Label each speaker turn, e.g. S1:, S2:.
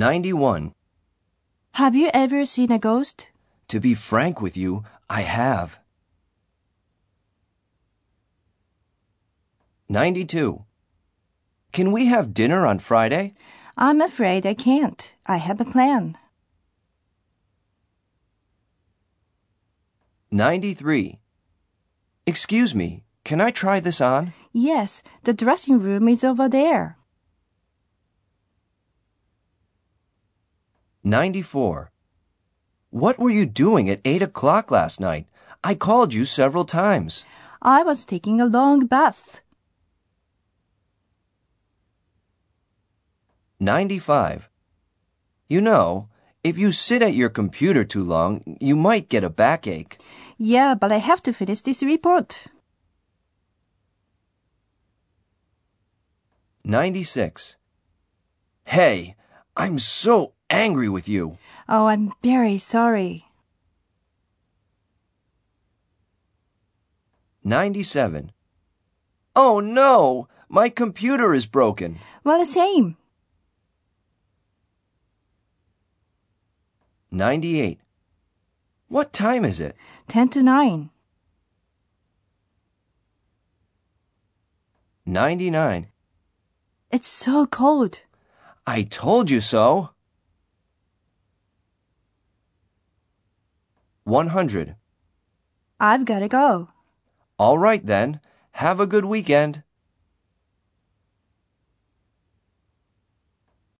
S1: 91.
S2: Have you ever seen a ghost?
S1: To be frank with you, I have. 92. Can we have dinner on Friday?
S2: I'm afraid I can't. I have a plan.
S1: 93. Excuse me, can I try this on?
S2: Yes, the dressing room is over there.
S1: 94. What were you doing at 8 o'clock last night? I called you several times.
S2: I was taking a long bath.
S1: 95. You know, if you sit at your computer too long, you might get a backache.
S2: Yeah, but I have to finish this report.
S1: 96. Hey, I'm so angry with you.
S2: Oh, I'm very sorry.
S1: 97. Oh no, my computer is broken.
S2: Well, same.
S1: 98. What time is it?
S2: 10 to 9.
S1: 99.
S2: It's so cold.
S1: I told you so. 100.
S2: I've got to go.
S1: All right then. Have a good weekend.